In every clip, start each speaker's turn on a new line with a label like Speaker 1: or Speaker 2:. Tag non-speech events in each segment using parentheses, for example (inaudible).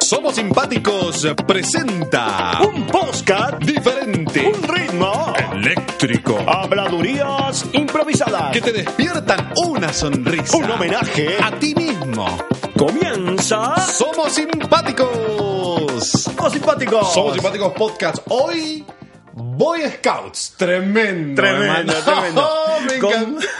Speaker 1: Somos Simpáticos presenta
Speaker 2: un podcast
Speaker 1: diferente,
Speaker 2: un ritmo
Speaker 1: eléctrico,
Speaker 2: habladurías improvisadas
Speaker 1: que te despiertan una sonrisa,
Speaker 2: un homenaje
Speaker 1: a ti mismo.
Speaker 2: comienza
Speaker 1: Somos Simpáticos.
Speaker 2: Somos simpáticos
Speaker 1: Somos Simpáticos Podcast. Hoy, Boy Scouts. Tremendo.
Speaker 2: Tremendo,
Speaker 1: hermano.
Speaker 2: tremendo.
Speaker 1: (laughs) me
Speaker 2: Con-
Speaker 1: encanta. (laughs)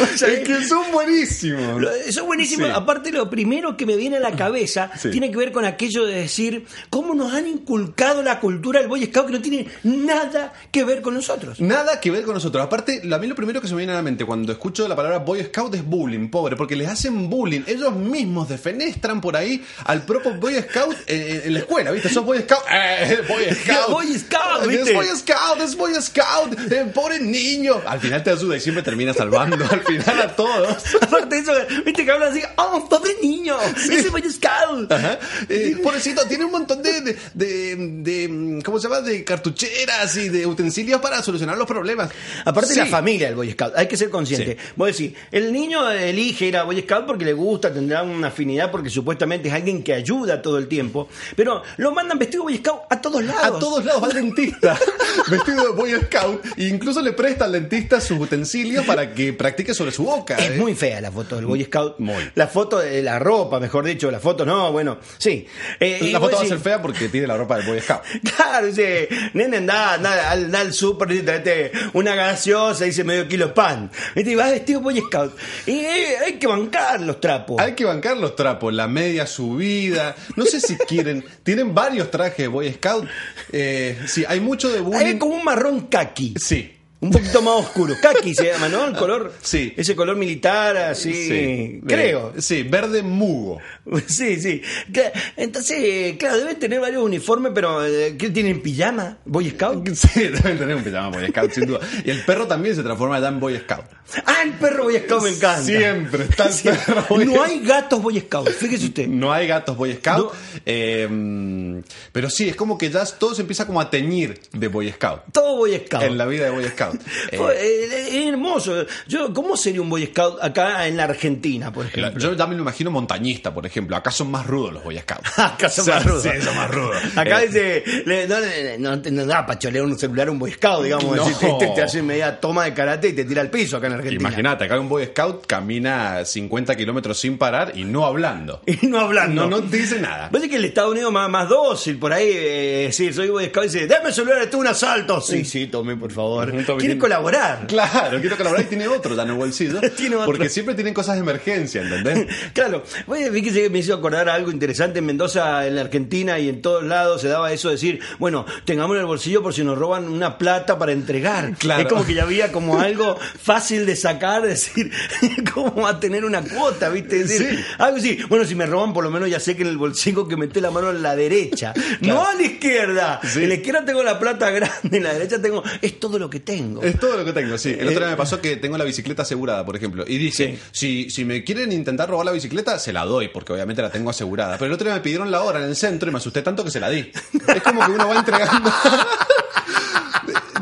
Speaker 1: Es que son buenísimos.
Speaker 3: Lo- Eso es buenísimo.
Speaker 1: Sí.
Speaker 3: Aparte, lo primero que me viene a la cabeza
Speaker 1: Sí.
Speaker 3: tiene que ver con aquello de decir cómo nos han inculcado la cultura del Boy Scout que no tiene nada que ver con (laughs) nosotros.
Speaker 1: Nada que ver con nosotros. Aparte, a mí lo primero que se me viene a la mente cuando escucho la palabra Boy Scout es bullying, pobre, porque les hacen bullying. Ellos mismos defenestran por ahí al propio Boy Scout eh, en la escuela, ¿viste? Sos Boy Scout. Eh,
Speaker 3: (laughs)
Speaker 1: Boy Scout.
Speaker 3: Boy Scout, ¿viste?
Speaker 1: Es Boy Scout, es Boy Scout. eh, pobre niño. Al final te ayuda y siempre termina salvando al final a todos.
Speaker 3: Aparte de eso, viste que hablan así, ¡oh, pobre niño! ¡Ese Boy Scout!
Speaker 1: Ajá. Eh, pobrecito, tiene un montón de, de, de- de, mm, ¿Cómo se llama? De cartucheras y de utensilios para solucionar los problemas.
Speaker 3: Aparte
Speaker 1: Sí.
Speaker 3: la familia del Boy Scout, hay que ser consciente. Vos decís, el niño elige ir a Boy Scout porque le gusta, tendrá una afinidad porque supuestamente es alguien que ayuda todo el tiempo, pero lo mandan vestido Boy Scout a todos lados.
Speaker 1: A todos lados va al dentista, (laughs) vestido de Boy Scout, e incluso le presta al dentista sus utensilios para que practique sobre su boca.
Speaker 3: Es
Speaker 1: ¿eh?
Speaker 3: muy fea la foto del Boy Scout.
Speaker 1: Muy.
Speaker 3: La foto de la ropa, mejor dicho, la foto, no, bueno, sí. Eh, y
Speaker 1: La
Speaker 3: vos
Speaker 1: foto va a ser
Speaker 3: decís,
Speaker 1: fea porque tiene la ropa de Boy Scout.
Speaker 3: (laughs) Claro, dice, nene, anda, anda al, anda al súper, dice, tráete una gaseosa, dice medio kilo de pan. ¿Viste? Y vas vestido Boy Scout. Y eh, hay que bancar los trapos.
Speaker 1: Hay que bancar los trapos, la media subida. No sé si quieren. Tienen varios trajes de Boy Scout. Eh, sí, hay mucho de
Speaker 3: Hay
Speaker 1: bullying.
Speaker 3: como un marrón caqui.
Speaker 1: Sí.
Speaker 3: Un poquito más oscuro. Caqui se llama, ¿no? El color.
Speaker 1: Sí.
Speaker 3: Ese color militar, así.
Speaker 1: Sí.
Speaker 3: creo.
Speaker 1: Eh, sí, verde mugo. (laughs)
Speaker 3: Sí, sí. Cla- Entonces, eh, claro, deben tener varios uniformes, pero eh, ¿qué tienen? ¿Pijama? ¿Boy Scout?
Speaker 1: Sí, deben tener un pijama Boy Scout, sin duda. Y el perro también se transforma ya en Boy Scout.
Speaker 3: Ah, el perro Boy Scout me encanta.
Speaker 1: Siempre está
Speaker 3: (laughs)
Speaker 1: el
Speaker 3: Sí.
Speaker 1: perro Boy
Speaker 3: No hay gatos Boy Scout, fíjese usted.
Speaker 1: No hay gatos Boy Scout.
Speaker 3: No.
Speaker 1: eh, pero sí, es como que ya todo se empieza como a teñir de Boy Scout.
Speaker 3: Todo Boy Scout.
Speaker 1: En la vida de Boy
Speaker 3: (laughs)
Speaker 1: Scout. Eh,
Speaker 3: Fue- eh, es hermoso. Yo, ¿Cómo sería un Boy Scout acá en la Argentina, por ejemplo? (laughs)
Speaker 1: yo ya me lo imagino montañista, por ejemplo. Acá son más rudos los Boy
Speaker 3: (laughs)
Speaker 1: Scouts.
Speaker 3: Acá son
Speaker 1: O sea,
Speaker 3: más Ah, rudos.
Speaker 1: sí, son más rudos.
Speaker 3: Acá
Speaker 1: Eh,
Speaker 3: dice, le- no, le- no, te- no da para cholear un celular a un boy scout, digamos.
Speaker 1: No.
Speaker 3: decirte, este te hace media toma de karate y te tira al piso acá en Argentina.
Speaker 1: Imagínate, acá un Boy Scout camina 50 kilómetros sin parar y no hablando.
Speaker 3: (laughs) Y no hablando.
Speaker 1: No, no te dice nada.
Speaker 3: Parece que el Estados Unidos más, más dócil, por ahí, eh, sí, soy boy scout, dice, dame el celular, esto es un asalto. Sí, sí, tome, por favor.
Speaker 1: Ujú, tome,
Speaker 3: Quiere
Speaker 1: tiene-
Speaker 3: colaborar.
Speaker 1: Claro, quiero colaborar y tiene otro ya en el bolsillo.
Speaker 3: (laughs) Tiene otro.
Speaker 1: Porque siempre tienen cosas de emergencia,
Speaker 3: (laughs)
Speaker 1: ¿entendés?
Speaker 3: Claro, bueno, fíjese que me hizo acordar algo interesante en Mendoza, en la Argentina y en todos lados se daba eso de decir, bueno, tengamos en el bolsillo por si nos roban una plata para entregar.
Speaker 1: Claro.
Speaker 3: Es como que ya había como algo fácil de sacar, decir, (laughs) ¿cómo va a tener una cuota, viste? Es decir,
Speaker 1: Sí.
Speaker 3: algo así, bueno, si me roban por lo menos ya sé que en el bolsillo que meté la mano a la
Speaker 1: (laughs)
Speaker 3: derecha, no a la izquierda.
Speaker 1: Sí.
Speaker 3: En la izquierda tengo la plata grande, en la derecha tengo, es todo lo que tengo.
Speaker 1: Es todo lo que tengo, sí. El otro
Speaker 3: Eh,
Speaker 1: día me pasó que tengo la bicicleta asegurada, por ejemplo. Y dice, si, si me quieren intentar robar la bicicleta, se la doy, porque obviamente la tengo asegurada. Pero el otro día me pidieron la hora en el centro y me asusté tanto que se la di. Es como que uno va entregando. (laughs)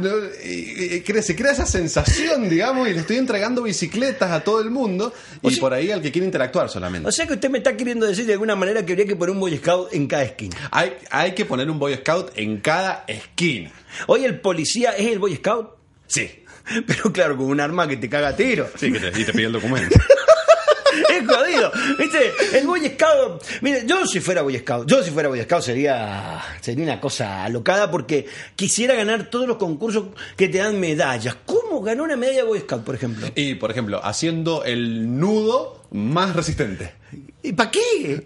Speaker 1: No, y- y crea- se crea esa sensación, digamos, y le estoy entregando bicicletas a todo el mundo y por ahí al que quiere interactuar solamente.
Speaker 3: O sea que usted me está queriendo decir de alguna manera que habría que poner un boy scout en cada esquina.
Speaker 1: hay, hay que poner un Boy Scout en cada esquina.
Speaker 3: Hoy el policía es el Boy Scout,
Speaker 1: Sí.
Speaker 3: (laughs) pero claro, con un arma que te caga a tiro. (laughs)
Speaker 1: Sí, que te- y te pide el (laughs) documento.
Speaker 3: Es jodido. ¿Viste? El Boy Scout. Mire, yo si fuera Boy Scout, yo si fuera Boy Scout sería, sería una cosa alocada porque quisiera ganar todos los concursos que te dan medallas. ¿Cómo ganó una medalla Boy Scout, por ejemplo?
Speaker 1: Y, por ejemplo, haciendo el nudo más resistente.
Speaker 3: ¿Y para qué?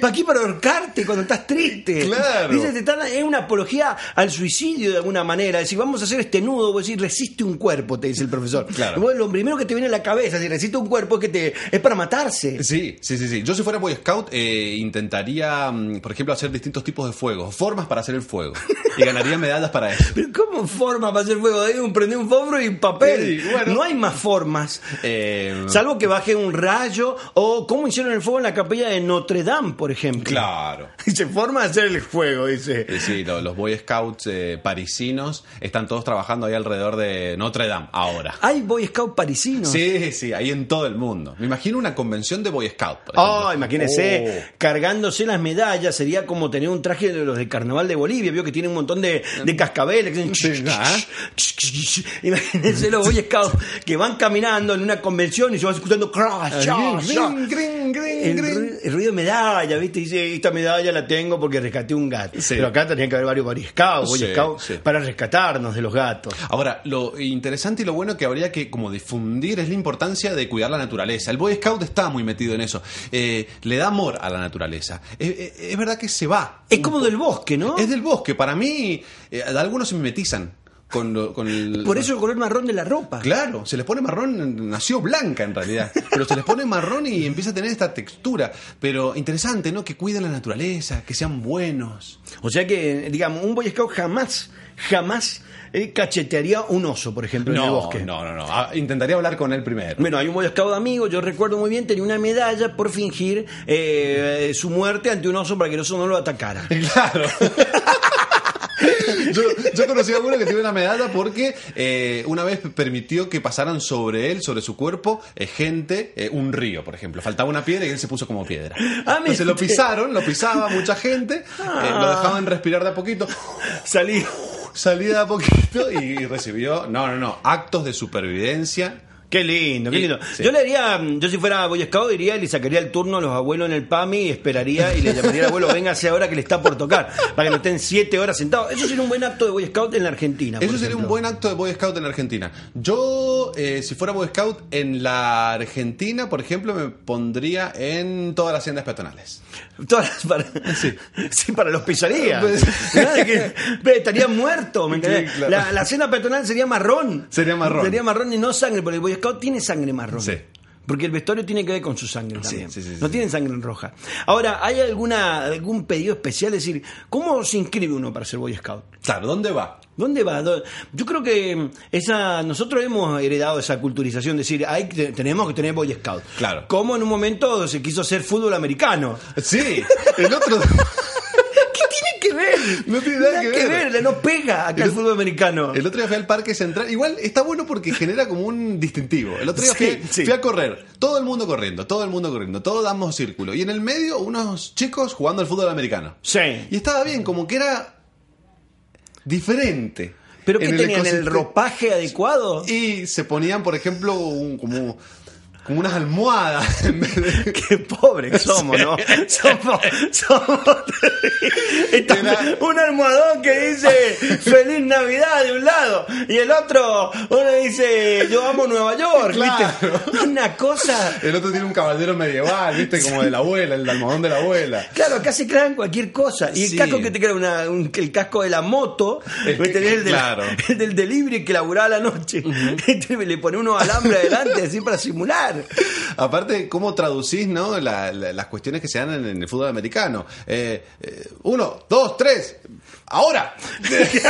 Speaker 3: ¿Para qué para ahorcarte cuando estás triste?
Speaker 1: Claro.
Speaker 3: Dice, te están- es una apología al suicidio de alguna manera. Si vamos a hacer este nudo, vos decís, resiste un cuerpo, te dice el profesor.
Speaker 1: Claro.
Speaker 3: Y vos, lo primero que te viene a la cabeza, si resiste un cuerpo, es que te, es para
Speaker 1: (laughs)
Speaker 3: matarse.
Speaker 1: Sí, sí, sí, sí. Yo si fuera Boy Scout eh, intentaría, mm, por ejemplo, hacer distintos tipos de fuegos, formas para hacer el fuego. Y ganaría medallas para eso.
Speaker 3: (laughs) Pero ¿cómo forma para hacer fuego? Hay un prender un fósforo y papel.
Speaker 1: Sí, bueno.
Speaker 3: No hay más formas.
Speaker 1: Eh,
Speaker 3: Salvo que baje un rayo o cómo hicieron el fuego en la capilla de Notre Dame, por ejemplo. (laughs)
Speaker 1: claro.
Speaker 3: Se forma de hacer el fuego, dice.
Speaker 1: Eh, Sí, lo- los Boy Scouts eh, parisinos están todos trabajando ahí alrededor de Notre Dame ahora.
Speaker 3: Hay Boy Scout parisinos.
Speaker 1: Sí, sí, ahí en todo el mundo. Me imagino una convención de Boy Scout. por ejemplo.
Speaker 3: Oh, imagínese, cargándose las medallas sería como tener un traje de los del carnaval de Bolivia, vio que tiene un montón de, de cascabeles. que dicen,
Speaker 1: ¿ah?
Speaker 3: Imagínense los Boy Scouts que van caminando en una convención y se van escuchando crash,
Speaker 1: Ah,
Speaker 3: crash,
Speaker 1: gring,
Speaker 3: crash.
Speaker 1: gring, gring,
Speaker 3: El, ru-
Speaker 1: gring.
Speaker 3: el ruido de medalla, ¿viste? Dice, esta medalla la tengo porque rescaté un gato.
Speaker 1: Sí.
Speaker 3: Pero acá tenían que haber varios Boy Scouts, Boy
Speaker 1: Sí,
Speaker 3: Scouts,
Speaker 1: sí.
Speaker 3: para rescatarnos de los gatos.
Speaker 1: Ahora, lo interesante y lo bueno que habría que como difundir es la importancia de cuidar la naturaleza. El Boy Scout está muy metido en eso. Eh, le da amor a la naturaleza. Es, es- es verdad que se va.
Speaker 3: Es como del bosque, ¿no?
Speaker 1: Es del bosque. Para mí, eh, algunos se mimetizan con, lo- con el...
Speaker 3: (laughs) Por eso el color marrón de la ropa.
Speaker 1: Claro, se les pone marrón, nació blanca en realidad, pero se les pone marrón y empieza a tener esta textura. Pero interesante, ¿no? Que cuiden la naturaleza, que sean buenos.
Speaker 3: O sea que, digamos, un Boy Scout jamás, jamás eh, cachetearía un oso, por ejemplo, en el bosque.
Speaker 1: no, no, no. Ah, intentaría hablar con él primero.
Speaker 3: Bueno, hay un Boy Scout de amigo, yo recuerdo muy bien, tenía una medalla por fingir eh, su muerte ante un oso para que el oso no lo atacara.
Speaker 1: Claro. (laughs) Yo, yo conocí a uno que tiene una medalla porque eh, una vez permitió que pasaran sobre él, sobre su cuerpo, eh, gente, eh, un río, por ejemplo. Faltaba una piedra y él se puso como piedra.
Speaker 3: Ah,
Speaker 1: Entonces lo
Speaker 3: mire.
Speaker 1: pisaron, lo pisaba mucha gente, eh, lo dejaban respirar de a poquito.
Speaker 3: (laughs) Salí.
Speaker 1: Salida a poquito y recibió, no, no, no, actos de supervivencia.
Speaker 3: Qué lindo, qué
Speaker 1: Y-
Speaker 3: lindo.
Speaker 1: sí.
Speaker 3: Yo le diría, mm, yo si fuera Boy Scout, diría y le sacaría el turno a los abuelos en el PAMI y esperaría y le llamaría al (laughs) abuelo, véngase ahora que le está por tocar, para que no estén siete horas sentados. Eso sería un buen acto de Boy Scout en la Argentina. Ah, por
Speaker 1: Eso sería un
Speaker 3: ejemplo.
Speaker 1: buen acto de Boy Scout en la Argentina. Yo, eh, si fuera Boy Scout en la Argentina, por ejemplo, me pondría en todas las haciendas peatonales.
Speaker 3: Todas las- para, (laughs) sí. para los pisarías.
Speaker 1: (laughs) Pues-
Speaker 3: Nada que- pero estaría muerto, ¿me entendés?
Speaker 1: Sí, claro.
Speaker 3: la, la cena peatonal sería marrón.
Speaker 1: Sería marrón.
Speaker 3: Sería marrón y no sangre, porque el Boy Scout tiene sangre marrón.
Speaker 1: Sí.
Speaker 3: Porque el vestuario tiene que ver con su sangre
Speaker 1: Sí,
Speaker 3: también.
Speaker 1: sí, sí,
Speaker 3: no
Speaker 1: sí.
Speaker 3: tienen sangre en roja. Ahora, ¿hay alguna algún pedido especial? Es decir, ¿cómo se inscribe uno para ser Boy Scout?
Speaker 1: Claro, ¿dónde va?
Speaker 3: ¿Dónde va? Do- Yo creo que mm, esa nosotros hemos heredado esa culturización, es decir, hay, que- tenemos que tener Boy Scout.
Speaker 1: Claro.
Speaker 3: Como en un momento se quiso hacer fútbol americano.
Speaker 1: Sí, el otro.
Speaker 3: (laughs) ¿Qué tiene que ver?
Speaker 1: No tiene nada que ver.
Speaker 3: No pega acá el, fútbol americano.
Speaker 1: El otro día fui al Parque Central. Igual está bueno porque genera como un distintivo. El otro día
Speaker 3: Sí,
Speaker 1: fui,
Speaker 3: sí.
Speaker 1: fui a correr. Todo el mundo corriendo, todo el mundo corriendo. Todos damos círculo. Y en el medio, unos chicos jugando al fútbol americano.
Speaker 3: Sí.
Speaker 1: Y estaba bien, como que era diferente.
Speaker 3: ¿Pero qué
Speaker 1: En
Speaker 3: tenían? ¿El
Speaker 1: ecosistema.
Speaker 3: ropaje adecuado?
Speaker 1: Y se ponían, por ejemplo, un- como, como unas almohadas. (laughs) en vez de-
Speaker 3: Qué pobres que somos, (laughs) ¿no? Somos, somos Está
Speaker 1: Era-
Speaker 3: un almohadón que dice Feliz Navidad de un lado y el otro uno dice Yo amo Nueva York, ¿viste?
Speaker 1: Claro.
Speaker 3: Una cosa.
Speaker 1: El otro tiene un caballero medieval, ¿viste? Como de la abuela, el almohadón de la abuela.
Speaker 3: Claro, acá se crean cualquier cosa. Y el
Speaker 1: Sí.
Speaker 3: casco que te crea una- un- el casco de la moto,
Speaker 1: Es
Speaker 3: vos
Speaker 1: que-
Speaker 3: tenés el, de la-
Speaker 1: claro.
Speaker 3: (laughs) el del delivery que laburaba a la noche. (laughs) Entonces Le pone unos alambres adelante así para simular.
Speaker 1: Aparte, ¿cómo traducís no? La- la- las cuestiones que se dan en, en el fútbol americano? Eh, eh, uno, dos, tres, ahora.
Speaker 3: (laughs)
Speaker 1: (laughs)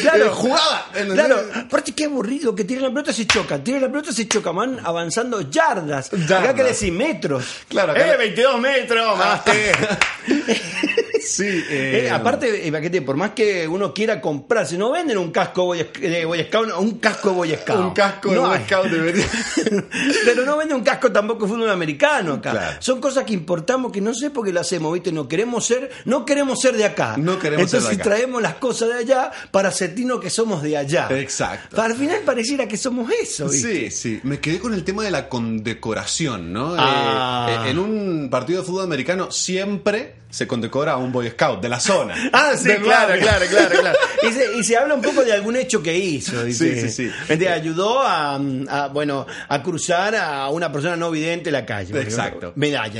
Speaker 3: claro,
Speaker 1: Eh, jugada. ¿entendés?
Speaker 3: Claro, aparte qué aburrido que tiran la pelota se chocan, tiran la pelota se chocan, van avanzando yardas. Acá
Speaker 1: Yardas.
Speaker 3: que decir metros.
Speaker 1: Claro, acá-
Speaker 3: Eh, 22 metros, más te-
Speaker 1: (laughs) Sí,
Speaker 3: Eh,
Speaker 1: eh,
Speaker 3: aparte, eh, Paquete, por más que uno quiera comprarse, no venden un casco Boy Sc- de Boy Scout, no, un casco de Boy Scout.
Speaker 1: Un casco de
Speaker 3: No
Speaker 1: Boy
Speaker 3: hay.
Speaker 1: Scout debería.
Speaker 3: (laughs) Pero no vende un casco tampoco de fútbol americano acá.
Speaker 1: Claro.
Speaker 3: Son cosas que importamos que no sé por qué lo hacemos, ¿viste? No queremos ser, no queremos ser de acá.
Speaker 1: No queremos ser de
Speaker 3: Entonces
Speaker 1: acá.
Speaker 3: traemos las cosas de allá para sentirnos que somos de allá.
Speaker 1: Exacto.
Speaker 3: Para al final pareciera que somos eso,
Speaker 1: (laughs)
Speaker 3: ¿viste?
Speaker 1: Sí, sí. Me quedé con el tema de la condecoración, ¿no? Eh,
Speaker 3: Ah.
Speaker 1: eh, en un partido de fútbol americano siempre se condecora a un Boy Boy Scout, de la zona.
Speaker 3: (laughs) Ah, sí,
Speaker 1: Del
Speaker 3: claro,
Speaker 1: barrio.
Speaker 3: claro, claro, claro. (laughs) Y se, y se habla un poco de algún hecho que hizo. Dice.
Speaker 1: Sí, sí, sí.
Speaker 3: Este, ayudó a, a, bueno, a cruzar a una persona no vidente la calle. por ejemplo.
Speaker 1: Exacto.
Speaker 3: Medalla,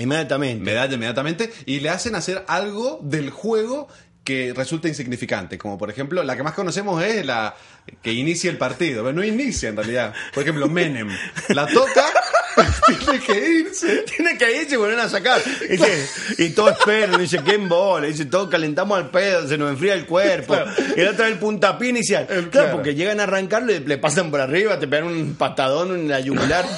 Speaker 1: (laughs)
Speaker 3: inmediatamente.
Speaker 1: Medalla inmediatamente y le hacen hacer algo del juego que resulta insignificante. Como por ejemplo, la que más conocemos es la que inicia el partido. Pero no inicia en realidad. Por ejemplo, Menem. La toca, (laughs) tiene que irse.
Speaker 3: Tiene que irse y volver a sacar. Dice, (laughs) y todo esperan, dice, qué embole, dice, todo calentamos al pedo, se nos enfría el cuerpo. Y el otro el puntapié inicial. Claro,
Speaker 1: claro.
Speaker 3: porque llegan a arrancarlo y le pasan por arriba, te pegan un patadón en la yugular.
Speaker 1: (laughs)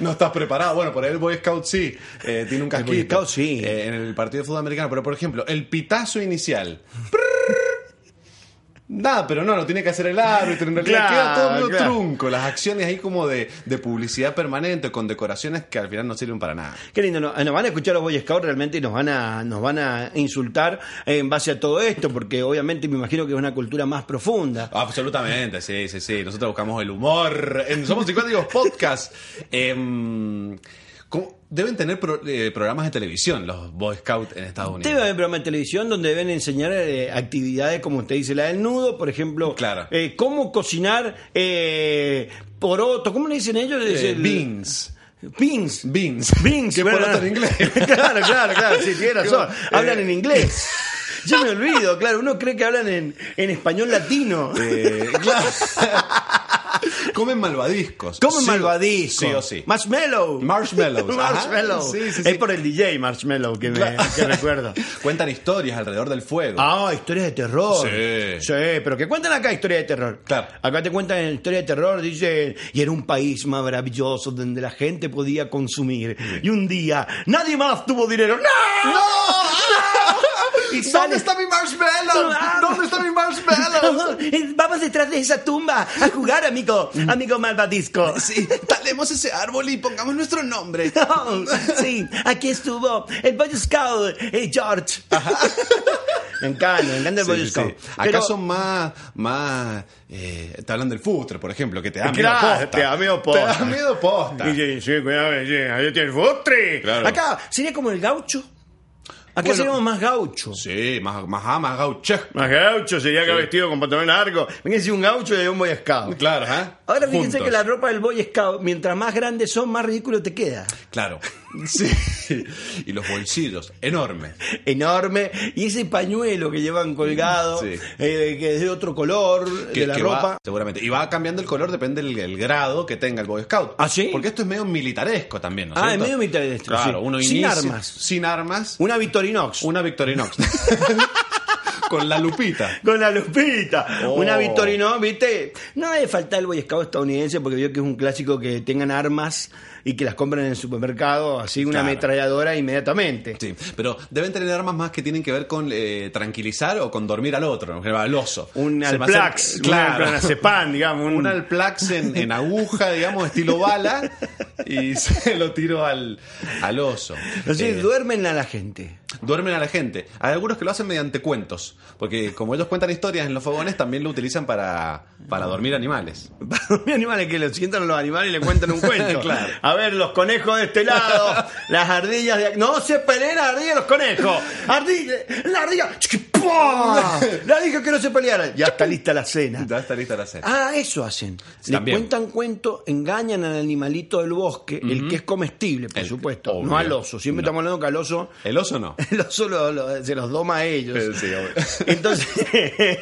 Speaker 1: No estás preparado. Bueno, por ahí el Boy Scout sí. eh, tiene un
Speaker 3: El
Speaker 1: casquito.
Speaker 3: Boy Scout sí.
Speaker 1: Eh, en el partido de fútbol americano. Pero por ejemplo, el pitazo inicial. Nada, pero no, lo tiene que hacer el árbitro. En realidad
Speaker 3: Claro,
Speaker 1: queda todo medio
Speaker 3: claro.
Speaker 1: trunco. Las acciones ahí como de, de publicidad permanente, con decoraciones que al final no sirven para nada.
Speaker 3: Qué lindo, no- Eh, nos, van a escuchar los Boy Scouts realmente y nos van a, nos van a insultar en base a todo esto, porque obviamente me imagino que es una cultura más profunda.
Speaker 1: Absolutamente, sí, sí, sí. Nosotros buscamos el humor. En Somos Psicóticos
Speaker 3: (laughs)
Speaker 1: Podcast. Em, ¿cómo- deben tener pro- eh, programas de televisión los Boy Scouts en Estados Unidos.
Speaker 3: Usted va a ver programas de televisión donde deben enseñar eh, actividades como usted dice, la del nudo, por ejemplo,
Speaker 1: Claro.
Speaker 3: eh, cómo cocinar eh, poroto, ¿cómo le dicen ellos? Es
Speaker 1: Eh,
Speaker 3: el-
Speaker 1: beans.
Speaker 3: Beans.
Speaker 1: Beans.
Speaker 3: Beans.
Speaker 1: Que
Speaker 3: bueno.
Speaker 1: poroto en inglés.
Speaker 3: (laughs) claro, claro, claro, sí, tiene razón.
Speaker 1: Qué bueno.
Speaker 3: Hablan
Speaker 1: Eh. (laughs)
Speaker 3: en inglés. Yo me olvido, claro, uno cree que hablan en, en español latino.
Speaker 1: Eh, claro. (laughs) Comen malvadiscos.
Speaker 3: Comen
Speaker 1: Sí.
Speaker 3: malvadisco.
Speaker 1: Sí o sí.
Speaker 3: Marshmallow.
Speaker 1: Marshmallows,
Speaker 3: (laughs)
Speaker 1: ajá.
Speaker 3: Marshmallow.
Speaker 1: Sí, sí,
Speaker 3: Es
Speaker 1: sí.
Speaker 3: por el DJ Marshmallow que me
Speaker 1: Claro.
Speaker 3: que recuerdo.
Speaker 1: Cuentan historias alrededor del fuego.
Speaker 3: Ah, historias de terror.
Speaker 1: Sí.
Speaker 3: pero que cuentan acá historias de terror.
Speaker 1: Claro.
Speaker 3: Acá te cuentan historias de terror, dicen, y era un país maravilloso donde la gente podía consumir. Y un día, nadie más tuvo dinero. ¡No! Y sale-
Speaker 1: ¿Dónde está mi marshmallow?
Speaker 3: Ah.
Speaker 1: ¿Dónde está mi
Speaker 3: (laughs)
Speaker 1: marshmallow?
Speaker 3: eh, Vamos detrás de esa tumba a jugar, amigo, amigo (laughs) malvadisco.
Speaker 1: Sí, talemos ese árbol y pongamos nuestro nombre.
Speaker 3: Oh, sí, aquí estuvo el Boy Scout, eh, George. (laughs) Me encanta, me encanta el
Speaker 1: Sí,
Speaker 3: Boy
Speaker 1: sí,
Speaker 3: Scout.
Speaker 1: sí. Acá
Speaker 3: Pero-
Speaker 1: son más, más eh, te hablan del fútbol, por ejemplo, que te da miedo
Speaker 3: Claro,
Speaker 1: posta.
Speaker 3: te da miedo posta.
Speaker 1: Te da miedo posta.
Speaker 3: Y sí, sí, cuidado, sí, ahí tiene el postre.
Speaker 1: Claro.
Speaker 3: Acá sería como el gaucho. Acá
Speaker 1: Bueno.
Speaker 3: seríamos más gaucho.
Speaker 1: Sí, más, más ah, más gauche.
Speaker 3: Más gaucho sería acá vestido con pantalón largo. Fíjense un gaucho y un boy scout.
Speaker 1: Claro, ¿eh?
Speaker 3: Ahora fíjense
Speaker 1: Juntos.
Speaker 3: que la ropa del boy scout, mientras más grandes son, más ridículo te queda.
Speaker 1: Claro. Sí. (laughs) Y los bolsillos, enormes.
Speaker 3: Enorme. Y ese pañuelo que llevan colgado,
Speaker 1: Sí.
Speaker 3: eh, que es de otro color,
Speaker 1: Que,
Speaker 3: de la
Speaker 1: que
Speaker 3: ropa.
Speaker 1: va- seguramente. Y va cambiando el color, depende del el grado que tenga el Boy Scout.
Speaker 3: ¿Ah, sí?
Speaker 1: Porque esto es medio militaresco también, ¿no
Speaker 3: Ah,
Speaker 1: cierto?
Speaker 3: es medio militaresco,
Speaker 1: Claro,
Speaker 3: sí.
Speaker 1: uno
Speaker 3: Sin
Speaker 1: inicia-
Speaker 3: armas.
Speaker 1: Sin armas.
Speaker 3: Una Victorinox.
Speaker 1: Una
Speaker 3: (laughs)
Speaker 1: Victorinox. Con la lupita.
Speaker 3: Con la lupita.
Speaker 1: Oh.
Speaker 3: Una Victorinox, ¿viste? No debe faltar el Boy Scout estadounidense porque veo que es un clásico que tengan armas y que las compran en el supermercado, así una
Speaker 1: Claro.
Speaker 3: ametralladora inmediatamente.
Speaker 1: Sí, pero deben tener armas más que tienen que ver con eh, tranquilizar o con dormir al otro, ¿no? al oso.
Speaker 3: Un
Speaker 1: Se me
Speaker 3: Alplax,
Speaker 1: acerca-
Speaker 3: un
Speaker 1: claro.
Speaker 3: Alplanacepan, digamos. un-
Speaker 1: (laughs) Un Alplax en, en aguja, digamos, estilo bala, y (laughs) se lo tiro al, al oso.
Speaker 3: Así
Speaker 1: Eh,
Speaker 3: duermen a la gente.
Speaker 1: duermen a la gente. Hay algunos que lo hacen mediante cuentos, porque como ellos cuentan historias en los fogones, también lo utilizan para, para dormir animales.
Speaker 3: (laughs) Para dormir animales que los sientan a los animales y le cuentan un
Speaker 1: (laughs)
Speaker 3: cuento.
Speaker 1: Claro.
Speaker 3: A ver, los conejos de este
Speaker 1: (laughs)
Speaker 3: lado, las ardillas de ac- No se peleen las ardillas y los conejos. Ardilla, la ardilla. ¡pum!
Speaker 1: Ah.
Speaker 3: (laughs) La dijo que no se pelearan. Ya está lista la cena.
Speaker 1: Ya está lista la cena.
Speaker 3: Ah, eso hacen. Le
Speaker 1: También.
Speaker 3: cuentan cuento, engañan al animalito del bosque, el que es comestible, por
Speaker 1: El-
Speaker 3: supuesto.
Speaker 1: obvio.
Speaker 3: No al oso. Siempre
Speaker 1: No.
Speaker 3: estamos hablando que al oso, (laughs)
Speaker 1: El oso no.
Speaker 3: el oso lo- lo- se los doma a
Speaker 1: Eh,
Speaker 3: ellos.
Speaker 1: sí, obvio. (laughs)
Speaker 3: Entonces, (laughs)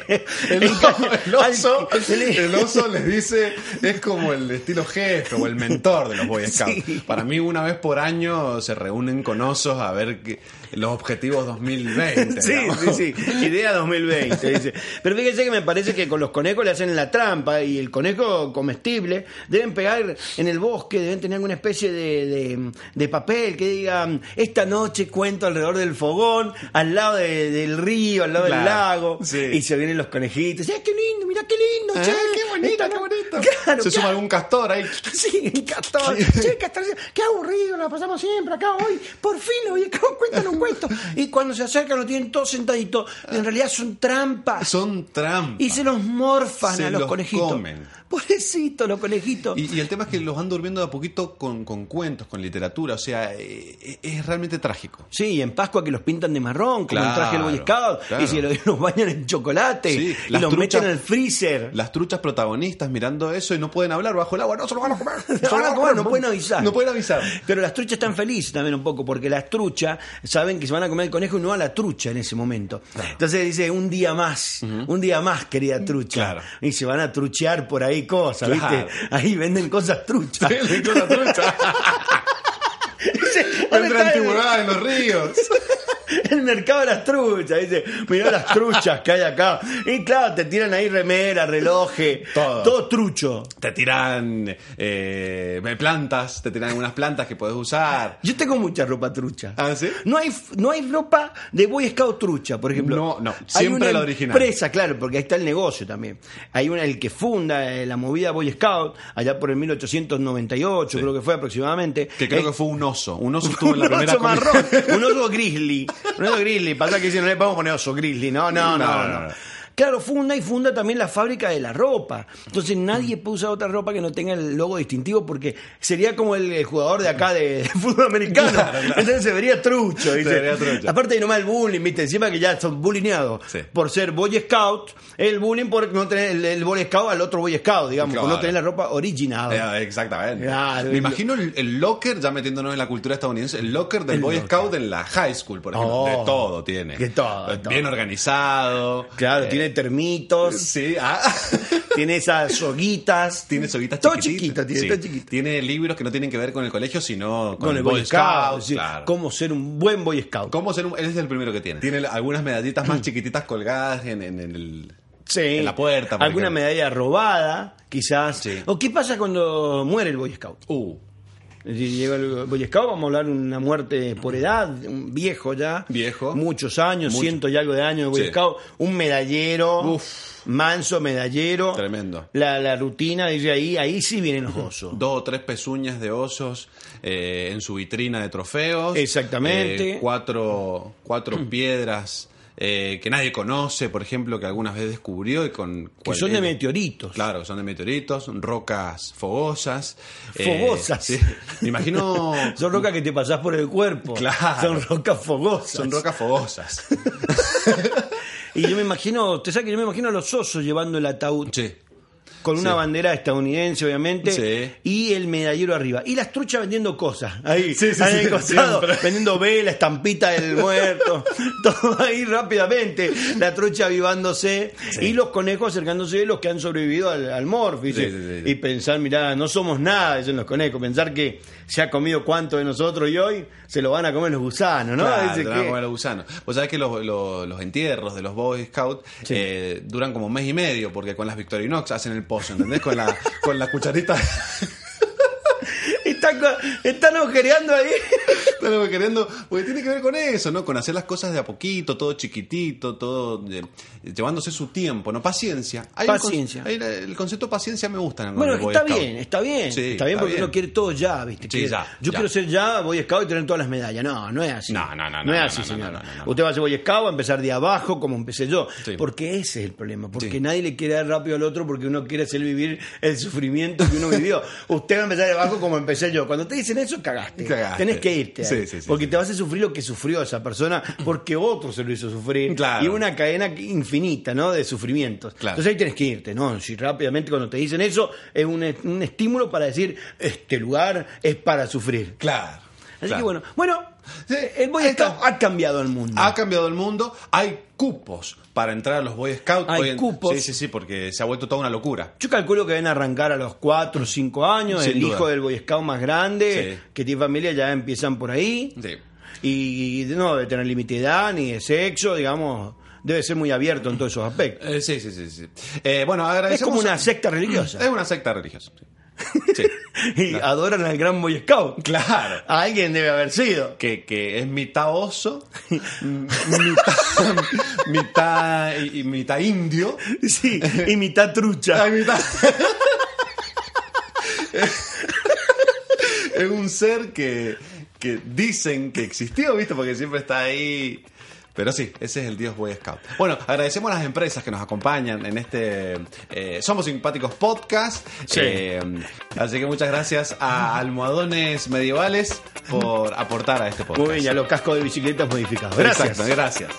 Speaker 1: El, (laughs) el oso,
Speaker 3: al-
Speaker 1: el oso les dice, es como el estilo jefe o el mentor de los Boy Scouts.
Speaker 3: (laughs) Sí.
Speaker 1: Para mí, una vez por año se reúnen con osos a ver qué- los objetivos 2020.
Speaker 3: Sí,
Speaker 1: digamos. (laughs)
Speaker 3: sí, sí. Idea 2020, dice. Pero fíjense que me parece que con los conejos le hacen la trampa y el conejo comestible deben pegar en el bosque, deben tener alguna especie de, de- de papel que diga, esta noche cuento alrededor del fogón, al lado de- del río, al lado del
Speaker 1: Claro,
Speaker 3: lago.
Speaker 1: sí.
Speaker 3: Y se vienen los conejitos. ¡Ay, qué lindo! ¡Mira qué lindo!
Speaker 1: Ah,
Speaker 3: che!
Speaker 1: qué bonito,
Speaker 3: Esta
Speaker 1: qué
Speaker 3: no-
Speaker 1: bonito.
Speaker 3: Claro,
Speaker 1: se
Speaker 3: claro.
Speaker 1: suma algún castor ahí.
Speaker 3: (laughs) Sí, el castor.
Speaker 1: (laughs)
Speaker 3: Che, el castor, qué aburrido, la pasamos siempre acá hoy. Por fin hoy (laughs) acá cuentan un cuento. Y cuando se acercan lo tienen todos sentaditos. En realidad son trampas.
Speaker 1: Son trampas.
Speaker 3: Y se los morfan
Speaker 1: Se
Speaker 3: a los,
Speaker 1: los
Speaker 3: conejitos.
Speaker 1: comen.
Speaker 3: Pobrecito, los conejitos.
Speaker 1: Y, y el tema es que los van durmiendo de a poquito con, con cuentos, con literatura, o sea, eh, eh, es realmente trágico.
Speaker 3: Sí, y en Pascua que los pintan de marrón, como el traje del Boy
Speaker 1: Claro,
Speaker 3: Scout,
Speaker 1: claro.
Speaker 3: y se los, (laughs) los bañan en chocolate,
Speaker 1: Sí,
Speaker 3: y
Speaker 1: las
Speaker 3: los
Speaker 1: truchas-
Speaker 3: meten al freezer.
Speaker 1: Las truchas protagonistas mirando eso y no pueden hablar bajo el agua, no se lo van a comer. se lo
Speaker 3: No,
Speaker 1: van a
Speaker 3: (laughs) no,
Speaker 1: comer,
Speaker 3: no pueden avisar.
Speaker 1: No pueden
Speaker 3: (laughs)
Speaker 1: avisar.
Speaker 3: Pero las truchas están felices también un poco, porque las truchas saben que se van a comer el conejo y no a la trucha en ese momento. Entonces dice, un día más, un día más, querida trucha.
Speaker 1: Claro.
Speaker 3: Y se van a truchear por ahí cosas,
Speaker 1: Claro.
Speaker 3: ¿viste? Ahí venden
Speaker 1: (laughs)
Speaker 3: cosas truchas. (laughs)
Speaker 1: Le echó la trucha.
Speaker 3: Dice, ¿dónde
Speaker 1: Entran
Speaker 3: está el-
Speaker 1: tiburones en los ríos.
Speaker 3: (laughs) El mercado de las truchas, dice, mirá las truchas que hay acá. Y claro, te tiran ahí remera, relojes,
Speaker 1: Todo.
Speaker 3: trucho.
Speaker 1: Te tiran eh, plantas, te tiran algunas plantas que podés usar.
Speaker 3: Yo tengo mucha ropa trucha.
Speaker 1: ¿Ah, sí?
Speaker 3: No hay, no hay ropa de Boy Scout trucha, por ejemplo.
Speaker 1: No, no,
Speaker 3: Hay
Speaker 1: siempre
Speaker 3: una
Speaker 1: la original.
Speaker 3: empresa, claro, porque ahí está el negocio también. Hay una, el que funda eh, la movida Boy Scout, allá por el 1898, creo que fue aproximadamente.
Speaker 1: Que creo
Speaker 3: Eh,
Speaker 1: que fue un oso. Un oso estuvo en la
Speaker 3: (laughs) un
Speaker 1: primera
Speaker 3: oso
Speaker 1: comi-
Speaker 3: marrón,
Speaker 1: (laughs)
Speaker 3: un oso grizzly. Un oso grizzly. Pasa que si no le podemos poner oso grizzly. No, no, no.
Speaker 1: No,
Speaker 3: no,
Speaker 1: no, no.
Speaker 3: Claro, funda y funda también la fábrica de la ropa. Entonces nadie puede usar otra ropa que no tenga el logo distintivo porque sería como el, el jugador de acá de, (laughs) fútbol americano. Entonces se vería trucho. ¿viste?
Speaker 1: Se vería trucho.
Speaker 3: Aparte de nomás el bullying, ¿viste? encima que ya son bullineados
Speaker 1: Sí.
Speaker 3: por ser Boy Scout, el bullying por no tener el, el Boy Scout al otro Boy Scout, digamos, por
Speaker 1: Claro.
Speaker 3: no tener la ropa original.
Speaker 1: Eh, exactamente.
Speaker 3: Claro.
Speaker 1: Me imagino el, el locker, ya metiéndonos en la cultura estadounidense, el locker del
Speaker 3: El
Speaker 1: Boy
Speaker 3: locker.
Speaker 1: Scout en la high school, por ejemplo.
Speaker 3: Oh.
Speaker 1: de todo tiene.
Speaker 3: De todo, de todo.
Speaker 1: Bien organizado.
Speaker 3: Claro,
Speaker 1: Eh,
Speaker 3: tiene termitos.
Speaker 1: Sí, ah. (laughs)
Speaker 3: (laughs) Tiene esas soguitas.
Speaker 1: Tiene soguitas
Speaker 3: Todo
Speaker 1: chiquititas.
Speaker 3: chiquito, tiene
Speaker 1: Sí.
Speaker 3: todo chiquito.
Speaker 1: Tiene libros que no tienen que ver con el colegio, sino con,
Speaker 3: Con, el Boy Scout. sí.
Speaker 1: claro.
Speaker 3: Cómo ser un buen Boy Scout.
Speaker 1: ¿Cómo ser un- Él es el primero que tiene. Tiene algunas medallitas
Speaker 3: (clears throat)
Speaker 1: más chiquititas colgadas en, en el.
Speaker 3: Sí.
Speaker 1: En la puerta, por
Speaker 3: Alguna
Speaker 1: ejemplo.
Speaker 3: medalla robada, quizás.
Speaker 1: Sí.
Speaker 3: ¿O qué pasa cuando muere el Boy Scout?
Speaker 1: Uh,
Speaker 3: Si Llega el Boy Scout, vamos a hablar de una muerte por edad, un viejo ya.
Speaker 1: Viejo.
Speaker 3: Muchos años,
Speaker 1: Mucho.
Speaker 3: ciento y algo de años de Boy
Speaker 1: Sí.
Speaker 3: Scout. Un medallero.
Speaker 1: Uf.
Speaker 3: Manso medallero.
Speaker 1: Tremendo.
Speaker 3: La, la rutina, dice ahí, ahí sí vienen los
Speaker 1: (laughs)
Speaker 3: osos.
Speaker 1: dos o tres pezuñas de osos eh, en su vitrina de trofeos.
Speaker 3: Exactamente.
Speaker 1: Eh,
Speaker 3: Mm.
Speaker 1: cuatro, cuatro piedras eh, que nadie conoce, por ejemplo, que algunas veces descubrió y con.
Speaker 3: que
Speaker 1: cual
Speaker 3: son de
Speaker 1: él-
Speaker 3: meteoritos.
Speaker 1: Claro, son de meteoritos, rocas fogosas. eh,
Speaker 3: Fogosas.
Speaker 1: sí. Me imagino.
Speaker 3: Son (laughs) rocas que te pasás por el cuerpo.
Speaker 1: Claro.
Speaker 3: Son rocas fogosas.
Speaker 1: Son rocas fogosas.
Speaker 3: Y yo me imagino, te sabes que yo me imagino a los osos llevando el ataúd
Speaker 1: Sí.
Speaker 3: con una
Speaker 1: sí.
Speaker 3: bandera estadounidense, obviamente,
Speaker 1: Sí.
Speaker 3: y el medallero arriba. Y las truchas vendiendo cosas. Ahí,
Speaker 1: Sí, sí,
Speaker 3: ahí
Speaker 1: sí,
Speaker 3: en el costado,
Speaker 1: siempre.
Speaker 3: vendiendo vela,
Speaker 1: (laughs)
Speaker 3: estampita del muerto, todo ahí rápidamente. La trucha avivándose y los conejos acercándose de los que han sobrevivido al, al morfi.
Speaker 1: Sí,
Speaker 3: dice.
Speaker 1: sí, sí.
Speaker 3: Y pensar, mirá, no somos nada, dicen los conejos. Pensar que se ha comido cuánto de nosotros y hoy se lo van a comer los gusanos, ¿no?
Speaker 1: Claro,
Speaker 3: Dice
Speaker 1: te van a
Speaker 3: que-
Speaker 1: comer los gusanos. Vos sabés que los, los- los entierros de los Boy Scouts
Speaker 3: Sí.
Speaker 1: eh, duran como un mes y medio, porque con las Victorinox hacen el pozo, ¿entendés? Con la, con la cucharita.
Speaker 3: (laughs) Están, co- están agujereando ahí.
Speaker 1: (laughs) Están como queriendo, porque tiene que ver con eso, ¿no? Con hacer las cosas de a poquito, todo chiquitito, todo eh, llevándose su tiempo, ¿no? Paciencia. Hay un con-
Speaker 3: Paciencia.
Speaker 1: hay la- el concepto paciencia me gusta. en
Speaker 3: Bueno,
Speaker 1: los Boy
Speaker 3: está
Speaker 1: Scouts.
Speaker 3: bien, está bien.
Speaker 1: Sí,
Speaker 3: está bien
Speaker 1: está
Speaker 3: porque
Speaker 1: bien.
Speaker 3: uno quiere todo ya, ¿viste?
Speaker 1: Sí,
Speaker 3: Quiere-
Speaker 1: ya,
Speaker 3: Yo
Speaker 1: ya.
Speaker 3: quiero ser ya Boy Scout y tener todas las medallas. No, no es así.
Speaker 1: No, no, no,
Speaker 3: No
Speaker 1: no,
Speaker 3: es
Speaker 1: no,
Speaker 3: así,
Speaker 1: no, no,
Speaker 3: señor.
Speaker 1: no, no, no.
Speaker 3: Usted va a ser Boy Scout, va a empezar de abajo como empecé yo.
Speaker 1: Sí.
Speaker 3: Porque ese es el problema. Porque
Speaker 1: Sí.
Speaker 3: nadie le quiere dar rápido al otro porque uno quiere hacer vivir el sufrimiento que
Speaker 1: (laughs)
Speaker 3: uno vivió. usted va a empezar de abajo como empecé yo. Cuando te dicen eso, cagaste.
Speaker 1: Cagaste.
Speaker 3: Tenés que irte.
Speaker 1: Sí,
Speaker 3: ahí.
Speaker 1: sí, sí,
Speaker 3: porque
Speaker 1: sí.
Speaker 3: te vas a sufrir lo que sufrió esa persona porque otro se lo hizo sufrir.
Speaker 1: Claro.
Speaker 3: Y una cadena infinita, ¿no? De sufrimientos.
Speaker 1: Claro.
Speaker 3: Entonces ahí tienes que irte, ¿no? Si rápidamente cuando te dicen eso, es un, un estímulo para decir, este lugar es para sufrir.
Speaker 1: Claro.
Speaker 3: Así que
Speaker 1: claro.
Speaker 3: bueno, bueno, eh,
Speaker 1: Sí,
Speaker 3: el Boy
Speaker 1: ahí está.
Speaker 3: Scout ha cambiado el mundo.
Speaker 1: Ha cambiado el mundo. Hay cupos para entrar a los Boy Scouts.
Speaker 3: Hay
Speaker 1: Hoy en-
Speaker 3: cupos.
Speaker 1: Sí, sí, sí, porque se ha vuelto toda una locura.
Speaker 3: Yo calculo que deben arrancar a los 4 o 5 años.
Speaker 1: Sin
Speaker 3: el
Speaker 1: duda.
Speaker 3: hijo del Boy Scout más grande,
Speaker 1: Sí.
Speaker 3: que tiene familia, ya empiezan por ahí.
Speaker 1: Sí.
Speaker 3: Y no debe tener límite de edad ni de sexo, digamos. Debe ser muy abierto en todos esos aspectos.
Speaker 1: Eh, sí, sí, sí. sí. Eh, bueno,
Speaker 3: Es
Speaker 1: agradecemos.
Speaker 3: como una secta religiosa.
Speaker 1: Es una secta religiosa. sí. Sí.
Speaker 3: (laughs) y adoran al gran Boy Scout.
Speaker 1: Claro.
Speaker 3: Alguien debe haber sido.
Speaker 1: Que, que es mitad oso, m- (laughs) mitad, mitad, y- y mitad indio.
Speaker 3: Sí, y mitad trucha.
Speaker 1: Ay, mitad. es un ser que, que dicen que existió, ¿viste? Porque siempre está ahí. Pero sí, ese es el Dios Boy Scout. Bueno, agradecemos a las empresas que nos acompañan en este eh, Somos Simpáticos Podcast.
Speaker 3: Sí.
Speaker 1: Eh, así que muchas gracias a Almohadones Medievales por aportar a este podcast.
Speaker 3: Muy bien, y a los cascos de bicicletas modificados. Gracias.
Speaker 1: Exacto, gracias.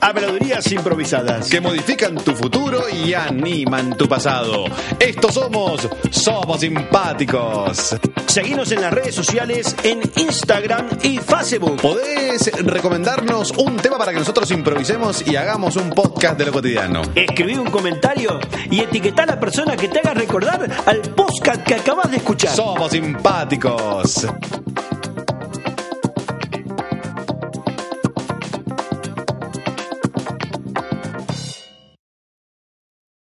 Speaker 2: Habladurías improvisadas.
Speaker 1: que modifican tu futuro y animan tu pasado. Estos somos Somos Simpáticos.
Speaker 3: Seguinos en las redes sociales, en Instagram y Facebook.
Speaker 1: Podés recomendarnos un tema para que nosotros improvisemos y hagamos un podcast de lo cotidiano.
Speaker 3: Escribí un comentario y etiquetá a la persona que te haga recordar al podcast que acabas de escuchar.
Speaker 1: Somos Simpáticos.